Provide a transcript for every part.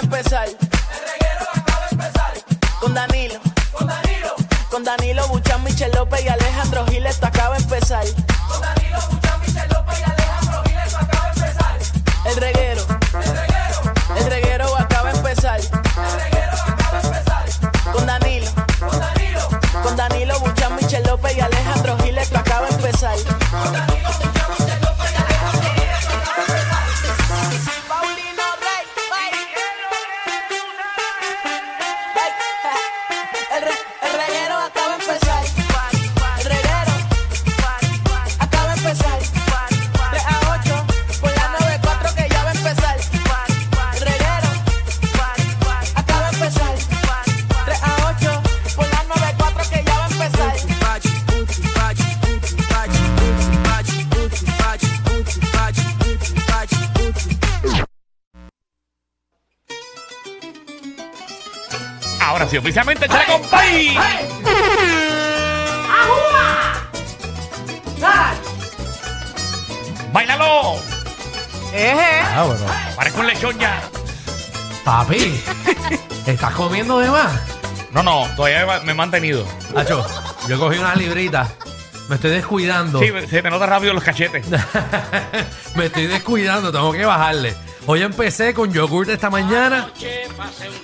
empezar. El reguero acaba de empezar. Con Danilo. Con Danilo. Con Danilo Buchan, Michel López y Alejandro Gil, esto acaba de empezar. Con Danilo Buchan, Michel López y Alejandro Gil, esto acaba de empezar. El reguero. El reguero. El reguero acaba de empezar. El reguero acaba de empezar. Con Danilo. Con Danilo. Con Danilo Buchan, Michel López y Alejandro Gil, esto acaba de empezar. Con Danilo Buchan, Michel López y Alejandro Gil, esto acaba de empezar. Paulino Rey. El, re- el reguero acaba de empezar. El reguero acaba de empezar. 3 a 8 por la 94 que ya va a empezar. El reguero acaba de empezar. 3 a 8 por la 94 que ya va a empezar. Ahora sí, oficialmente, chale, compay. ¡Bailalo! Ah, bueno. Parece un lechón ya. Papi, ¿estás comiendo de más? No, no, todavía me- me he mantenido. Hacho, yo cogí unas libritas. Me estoy descuidando. Sí, se te nota rápido los cachetes. me estoy descuidando, tengo que bajarle. Hoy empecé con yogurt esta mañana.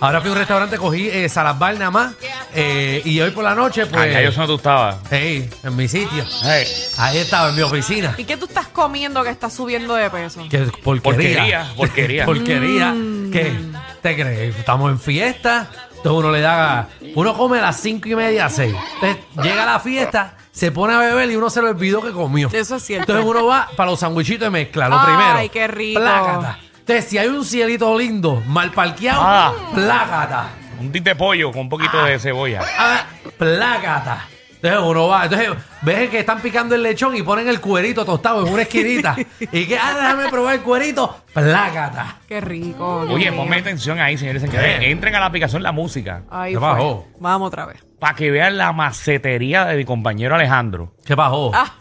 Ahora fui a un restaurante, cogí eh, salazbar nada más. Eh, y hoy por la noche, pues. Ay, Ah, ya yo sé dónde tú estabas. Ey, en mi sitio. Ey, Ahí estaba, en mi oficina. ¿Y qué tú estás comiendo que estás subiendo de peso? Qué porquería. Porquería, porquería. porquería. Mm. ¿Qué? ¿Te crees? Estamos en fiesta. Entonces uno le da. Uno come a las cinco y media, seis. Entonces llega a la fiesta, se pone a beber y uno se le olvidó que comió. Eso es cierto. Entonces uno va para los sandwichitos de mezcla, lo Ay, primero. qué rico. Plácata. Entonces, si hay un cielito lindo, mal parqueado, Ah. plácata. un tinte de pollo con un poquito de cebolla. Ah, plácata. Entonces uno va, entonces ves que están picando el lechón y ponen el cuerito tostado en una esquinita. y que, ah, déjame probar el cuerito, plácata. Qué rico. Dios Oye, mío. ponme atención ahí, señores y señores. ¿Qué? Entren a la aplicación La Música Ahí ¿Qué fue. bajó? Vamos otra vez. para que vean la macetería de mi compañero Alejandro. ¿Qué pasó? Ah,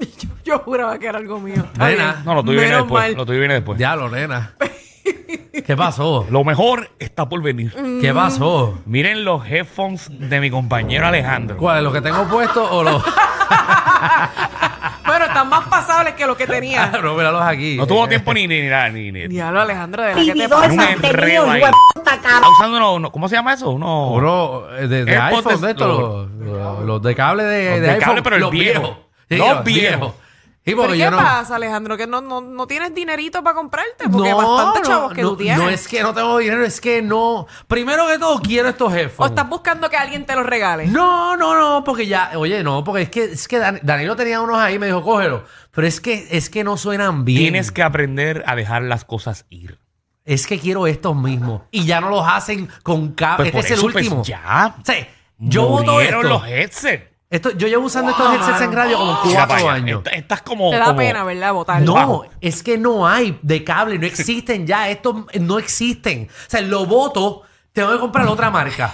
yo, yo juraba que era algo mío. Está Nena. bien. No, lo tuyo viene Menos después. mal. Lo tuyo viene después. Diablo, nena. ¿Qué pasó? Lo mejor está por venir. ¿Qué pasó? Miren los headphones de mi compañero Alejandro. ¿Cuál? ¿Lo que tengo puesto o lo.? Bueno, están más pasables que lo que tenía. no, míralos aquí. No tuvo tiempo ni ni nada, ni, ni, Diablo, Alejandra, de la que te vividor pasa. Un enredo mantenido, ahí. hijo de puta, Está cabrón. usando uno- uno- ¿cómo se llama eso? Uno, Uno eh, de, de AirPods iPhone, de de- estos, los, los de cable de, Los de iPhone. cable, pero el los viejo. Sí, Los los viejos. viejos. Sí, ¿Pero porque yo qué no. pasa, Alejandro? ¿Que no, no, no tienes dinerito para comprarte? Porque bastantes chavos que no, tú tienes. no es que no tengo dinero, es que no. Primero que todo, quiero estos O headphones. estás buscando que alguien te los regale. No, no, no, porque ya, oye, no, porque es que, es que Dan- Danilo tenía unos ahí, me dijo, cógelo. Pero es que, es que no suenan bien. Tienes que aprender a dejar las cosas ir. Es que quiero estos mismos. Y ya no los hacen con cable. Pues por este es el eso, pues, último. ya. Sí, yo voto Murieron esto. los headsets. Esto- Yo llevo usando estos Wow. headsets en radio como Mira para cuatro allá. años. Esta- Estás como. Te da como- pena, ¿verdad? Botarlo. No, bajo. es que no hay de cable, no existen ya, estos no existen. O sea, lo voto, tengo que comprar otra marca.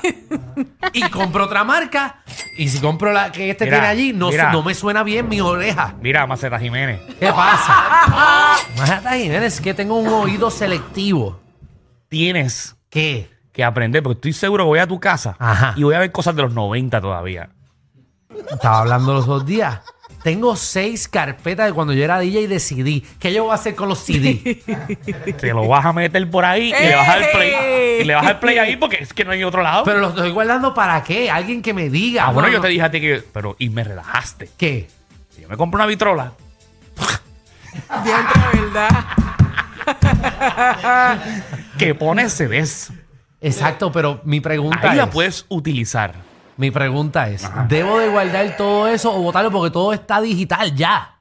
y compro otra marca, y si compro la que este Mira, tiene allí, no, mira. no me suena bien mi oreja. Mira, Maceta Jiménez. ¿Qué pasa? Mata Jiménez, es que tengo un oído selectivo. Tienes ¿Qué? que aprender, porque estoy seguro que voy a tu casa Ajá. y voy a ver cosas de los 90 todavía. Estaba hablando los dos días. Tengo seis carpetas de cuando yo era DJ de CD. ¿Qué yo voy a hacer con los CD? Te lo vas a meter por ahí y le vas al play. ¡Ey! Y le vas al play ahí porque es que no hay otro lado. Pero los estoy guardando para qué? Alguien que me diga. ah, bueno, No, yo no. te dije a ti que. Pero, y me relajaste. ¿Qué? Yo me compré una vitrola. Diantre, ¿verdad? que pones CDs. Exacto, pero mi pregunta Ahí es. la puedes utilizar. Mi pregunta es: ¿debo de guardar todo eso o botarlo porque todo está digital ya?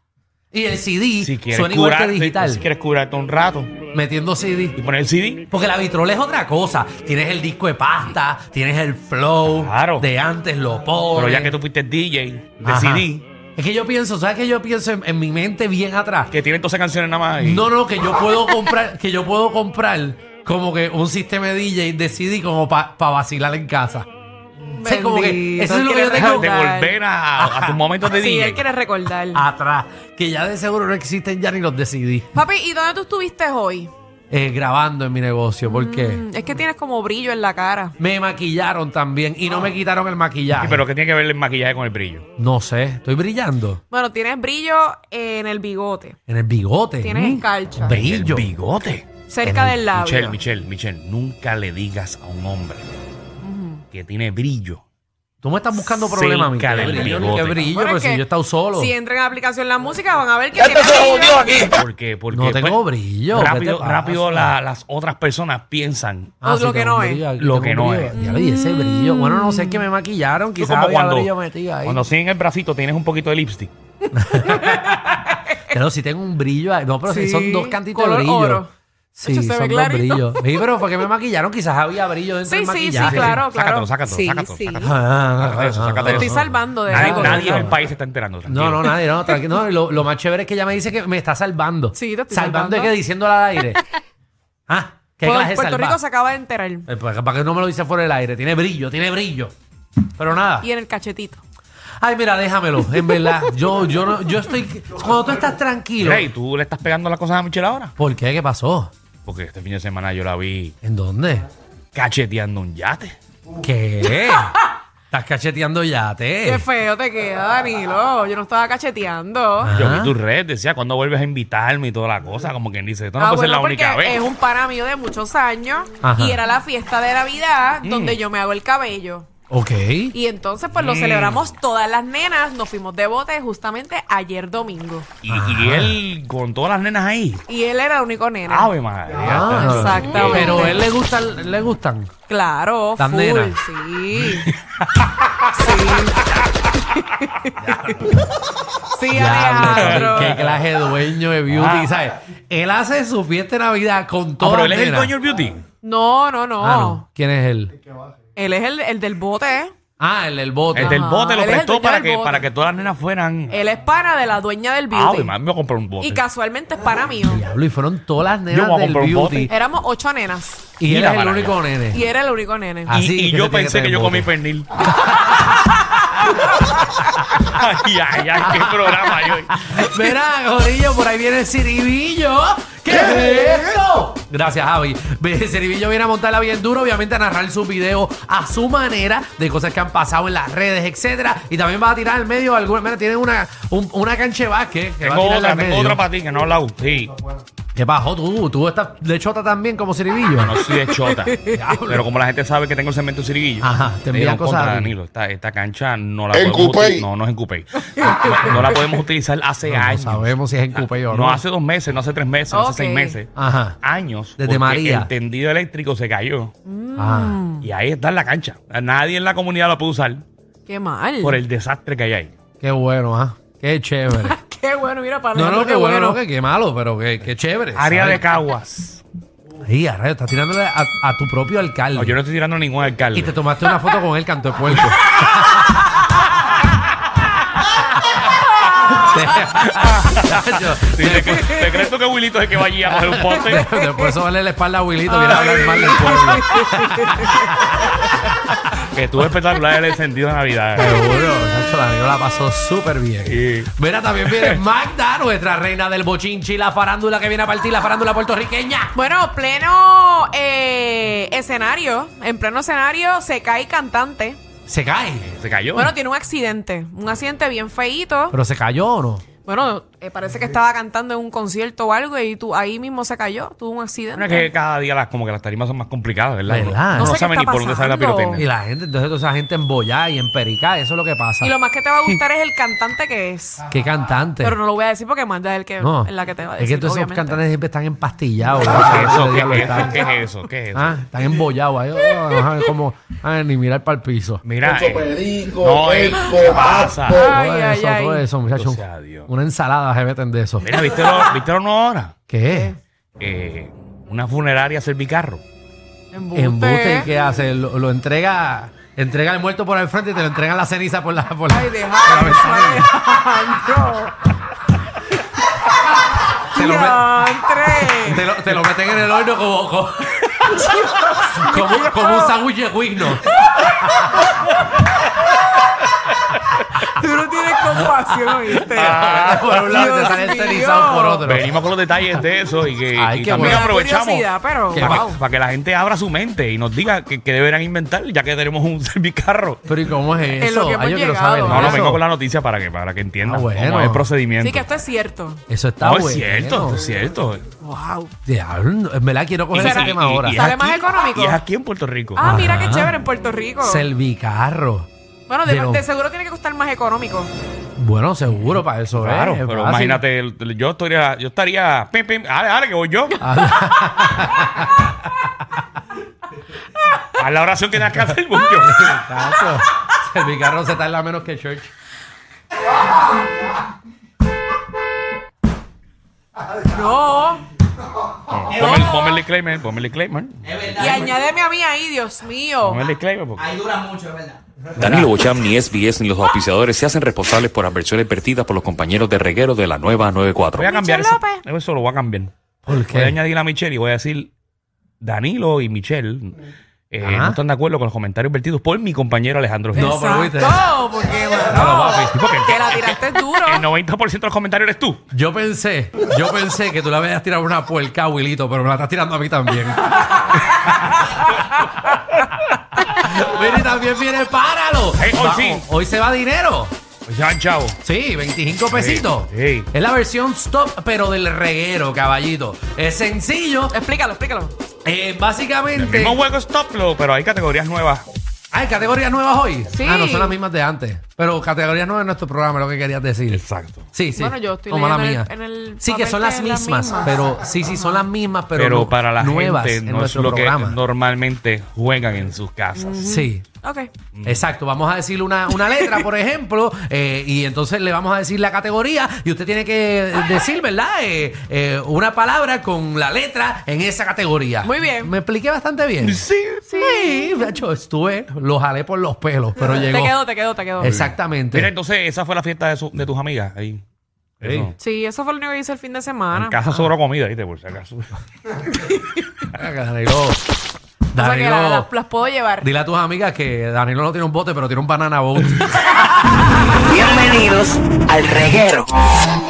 Y el CD Si quieres suena igual que curarte- pues, digital. Si quieres curarte un rato Metiendo y CD. poner el CD. Porque la vitrola es otra cosa. Tienes el disco de pasta, tienes el flow Claro. de antes, lo pones. Pero ya que tú fuiste DJ de Ajá. CD, Es que yo pienso, ¿sabes que yo pienso en, en mi mente bien atrás? que tienen 12 canciones nada más. y- No, no, que yo puedo comprar, que yo puedo comprar como que un sistema de DJ de CD como para vacilar en casa. O sea, como que Bendito, eso es lo que yo quiere tengo de recordar. volver a, a tus momentos de Sí, DJ. él quiere recordar. Ah. atrás, que ya de seguro no existen ya ni los de CD. Papi, ¿y dónde tú estuviste hoy? eh, grabando en mi negocio porque Mm, Es que tienes como brillo en la cara. me maquillaron también y no me quitaron el maquillaje. Sí, pero ¿qué tiene que ver el maquillaje con el brillo? No sé, estoy brillando Bueno, tienes brillo en el bigote, en el bigote. Tienes Mm, escarcha. Brillo. El bigote. cerca del labio. Michelle, Michelle, Michelle, nunca le digas a un hombre que tiene brillo. Tú me estás buscando problemas, Cerca Michelle. del brillo, ni bigote. que brillo, Bueno, pero es si yo que he estado solo. Si entran en la aplicación la música, van a ver que tiene brillo. Porque, porque no tengo pues, brillo. ¿qué te Rápido, pasa? rápido la- las otras personas piensan. O lo que tengo no un es. brillo, aquí Lo tengo que un no brillo. es. Diablo, Y ese brillo. Bueno, no sé, es que me maquillaron. Tú Quizás como había cuando, brillo metido ahí. cuando sí en el bracito tienes un poquito de lipstick. Pero si tengo un brillo ahí. No, pero si Sí, son dos cantitos de color brillo. oro. Sí, Eso se ve son dos clarito. brillos. Sí, pero porque me maquillaron, quizás había brillo dentro del Sí, sí, sí, maquillaje. claro, Sácatelo, claro. sácatelo, Sí, sácatelo, sí. sácatelo. Ah, Sácate eso, sácate Te estoy eso. salvando de Nadie, algo. nadie ¿verdad? en el país se está enterando. No, tranquilo. no, nadie, no, tranquilo. No, lo, lo más chévere es que ella me dice que me está salvando. Sí, te estoy salvando. salvando. es que diciéndola al aire. Ah, ¿qué Puerto, clase de Puerto salvar? Rico se acaba de enterar. Eh, Para, para que no me lo dice fuera del aire. Tiene brillo, tiene brillo. Pero nada. Y en el cachetito. Ay, mira, déjamelo, en verdad. Yo, yo no, yo estoy. Cuando tú estás tranquilo. Mira, ¿y tú le estás pegando las cosas a Michelle ahora? ¿Por qué? ¿Qué pasó? Porque este fin de semana yo la vi ¿En dónde? cacheteando un yate. ¿Qué? Estás cacheteando ya, Qué te. feo te queda, Danilo. Yo no estaba cacheteando. Ah, Yo Ajá. vi tu red, decía, ¿cuándo vuelves a invitarme y toda la cosa? Como quien dice, esto no pues Ah, puede ser la bueno, única porque vez. Es un pana mío de muchos años Ajá. Mm. y era la fiesta de Navidad donde yo me hago el cabello. Ok. Y entonces, pues lo Mm. celebramos todas las nenas. Nos fuimos de bote justamente ayer domingo. Y, y él con todas las nenas ahí. Y él era el único nena. Ave madre. Ya Ah, está. exactamente. Pero a él le gustan, le gustan. Claro, Las full, nenas. sí. sí. Diablo, sí, qué qué Alejandro. clase de dueño de beauty, Ah. ¿sabes? Él hace su fiesta de Navidad con Ah, todo. pero él es el dueño del beauty. No, no, no. Ah, ¿Quién es él? Él es el, el del bote, ¿eh? Ah, el del bote. Este, El del Ajá, bote lo él es el prestó dueño para del que, bote. para que todas las nenas fueran. Él es pana de la dueña del beauty. Ave madre, me voy a comprar un bote. y casualmente es pana mío. Diablo, y fueron todas las Yo me nenas voy a del comprar un beauty. Éramos ocho nenas Y él Mira es el para allá. único nene. y era el único nene. Ah, Así y y que yo se tiene pensé que que yo tener comí bote. pernil. ay, ay, ay, qué programa yo. Verá, Gorillo, por ahí viene el Ciribillo. ¿Qué, es esto? Gracias, Javi. Ve, Ciribillo viene a montarla bien duro, obviamente a narrar su video a su manera, de cosas que han pasado en las redes, etcétera. Y también va a tirar al medio alguna. Mira, tiene una, un- una cancha de básquet. Que va a Tengo tirar otra, al tengo medio. otra para ti que no la usé. ¿Qué pasó tú? ¿Tú estás de chota también como Ciribillo? No soy de chota. pero como la gente sabe que tengo el cemento ciriguillo. Ajá, te envían digo, "Contra, cosas a ti". Danilo, esta, esta cancha no la En podemos Coupey. utilizar. No, no es en Coupey. No, no la podemos utilizar hace No, no años. sabemos si es en Coupey o no. No hace dos meses, no hace tres meses, no Ok. hace seis meses. Ajá. Años. Desde porque María. El tendido eléctrico se cayó. Ah. Y ahí está en la cancha. Nadie en la comunidad la puede usar Qué mal. por el desastre que hay ahí. Qué bueno, ¿ah? Qué chévere. Qué bueno, mira, para No, no, Alejandro, qué bueno, no, que qué malo, pero qué, qué chévere. Área ¿sabes? de Caguas. Ahí, arrayo, estás tirándole a, a tu propio alcalde. No, yo no estoy tirando a ningún alcalde. Y te tomaste una foto con el canto de puerco. Sí, ¿Te, cre- te crees tú que Wilito es el que va allí a coger un poste? Después sobre la espalda a Wilito, viene a hablar mal del pueblo. que estuvo espectacular el sentido de Navidad. Seguro, Nacho, la amiga la pasó súper bien. Sí. Mira, también viene Magda, nuestra reina del bochinchi, la farándula que viene a partir, la farándula puertorriqueña. Bueno, pleno eh, escenario, en pleno escenario se cae cantante. Se cae. Se cayó. Bueno, tiene un accidente, un accidente bien feíto. ¿Pero se cayó o no? Bueno, eh, parece que estaba cantando en un concierto o algo y tú, ahí mismo se cayó, tuvo un Bueno, accidente. es que cada día las, como que las tarimas son más complicadas, ¿verdad? eh. ¿Verdad? Uno No No, sé qué sabe ni está por dónde sale la pasando. pirotecnia. Y la gente, entonces toda esa gente embollada y empericada, eso es lo que Ah. pasa. Y lo más que te va a gustar es el cantante que es. Qué cantante. Pero no lo voy a decir porque Magda es el que No, es la que te va a es decir. que todos esos obviamente. cantantes siempre están empastillados. ¿no? ¿Qué es Ah, eso? Ese ¿Qué diablo es eso? está- ¿Qué es eso? ¿Qué es eso? Ah, están embollados ahí. Oh, no saben cómo- ay, ni mirar para el piso. Mira. eh, perico, no, eh, ¿qué pesco, pasa? asco. Ay, todo ay, eso, ay. todo eso, muchachos. Yo sea Dios. Una ensalada se meten de eso. Mira, ¿viste lo, ¿viste lo nuevo ahora? ¿Qué? Eh, una funeraria servicarro. Embuste. Embuste y qué hace. Lo, lo entrega, entrega el muerto por el frente y te lo entregan la ceniza por la. Por la Ay, deja por la eso, ventanilla. Alejandro. Te lo met- Diantre. Te lo, te lo meten en el horno como, como, como- como un sándwich de guigno. Tú no tienes compasión, ¿oíste? Ah, por un lado te Dios sale mío. estilizado por otro. Venimos con los detalles de eso y que Ay, y qué también buena aprovechamos curiosidad, pero para, wow. que, para que la gente abra su mente y nos diga que, que deberán inventar, ya que tenemos un servicarro. Pero ¿y cómo es Es lo eso? que hemos Ay, yo quiero llegado. saber No, no, eso. vengo con la noticia para que, para que entiendan Ah, bueno. cómo es el procedimiento. Sí, que esto es cierto. Eso está No, bueno. es cierto, esto es cierto. Wow. Diablo, en verdad quiero coger Y- ese y- tema y- ahora. y es ¿Sale aquí- más económico? Y es aquí en Puerto Rico. Ah, mira Ajá. qué chévere en Puerto Rico. Servicarro. Bueno, de, Pero- de seguro tiene que costar más económico. Bueno, seguro para eso. Claro, es, es pero fácil. imagínate, el- el- yo estaría, yo estaría, pim, pim, dale, dale, que voy yo. A la oración que tengas que hacer, voy yo. Tacho, Servicarro se tarda menos que Church. No. Ponme, el- ponme el disclaimer, ponme el disclaimer. Es verdad. Y añádeme a mí ahí, Dios mío. Ponme el disclaimer. porque- Ahí dura mucho, es verdad. Danilo Bocham, ni SBS, ni los auspiciadores se hacen responsables por adversiones vertidas por los compañeros de reguero de la nueva 94. Voy a cambiar Michelle eso. Eso lo voy a cambiar. ¿Por Voy a qué? añadir a Michelle y voy a decir, Danilo y Michelle eh, Ajá. no están de acuerdo con los comentarios vertidos por mi compañero Alejandro Gil. No, pero viste. Exacto, porque No, bueno, papi, porque- te la tiraste duro. El 90% de los comentarios eres tú. Yo pensé, yo pensé que tú le habías tirado una puerca a Wilito, pero me la estás tirando a mí también. Mira, y también viene páralo. Eh, hoy Vamos, sí. hoy se va dinero. Pues ya, chavo. Sí, 25 pesitos. sí. Es la versión stop, pero del reguero, caballito. Es sencillo. Explícalo, explícalo. Eh, El básicamente. mismo juego es Top Low, pero hay categorías nuevas. Hay categorías nuevas hoy. Sí. Ah, no son las mismas de antes. Pero categorías nuevas en nuestro programa, es lo que querías decir. Exacto. Sí, sí. Bueno, yo estoy Como la mía. leyendo en el- en el sí, que papel son que las es las mismas, mismas. pero sí, sí, son las mismas, pero, Pero, no- para la nuevas gente en no es nuestro lo programa. que normalmente juegan en sus casas. Sí. Ok. Exacto, vamos a decir una, una letra, por ejemplo, eh, y entonces le vamos a decir la categoría y usted tiene que decir, ¿verdad? Eh, eh, una palabra con la letra en esa categoría. Muy bien. Me expliqué bastante bien. Sí. Sí, de hecho, estuve, lo jalé por los pelos, pero llegó. Te quedó, te quedó, te quedó. Exactamente. Mira, entonces esa fue la fiesta de, su- de tus amigas ahí. Sí. Eso. Sí, eso fue lo único que hice el fin de En semana. casa sobró comida, ¿viste? Por si acaso. Ah, que Danilo. O sea que la- Danilo, las, las puedo llevar. Dile a tus amigas que Danilo no tiene un bote, pero tiene un banana boat. Bienvenidos al reguero.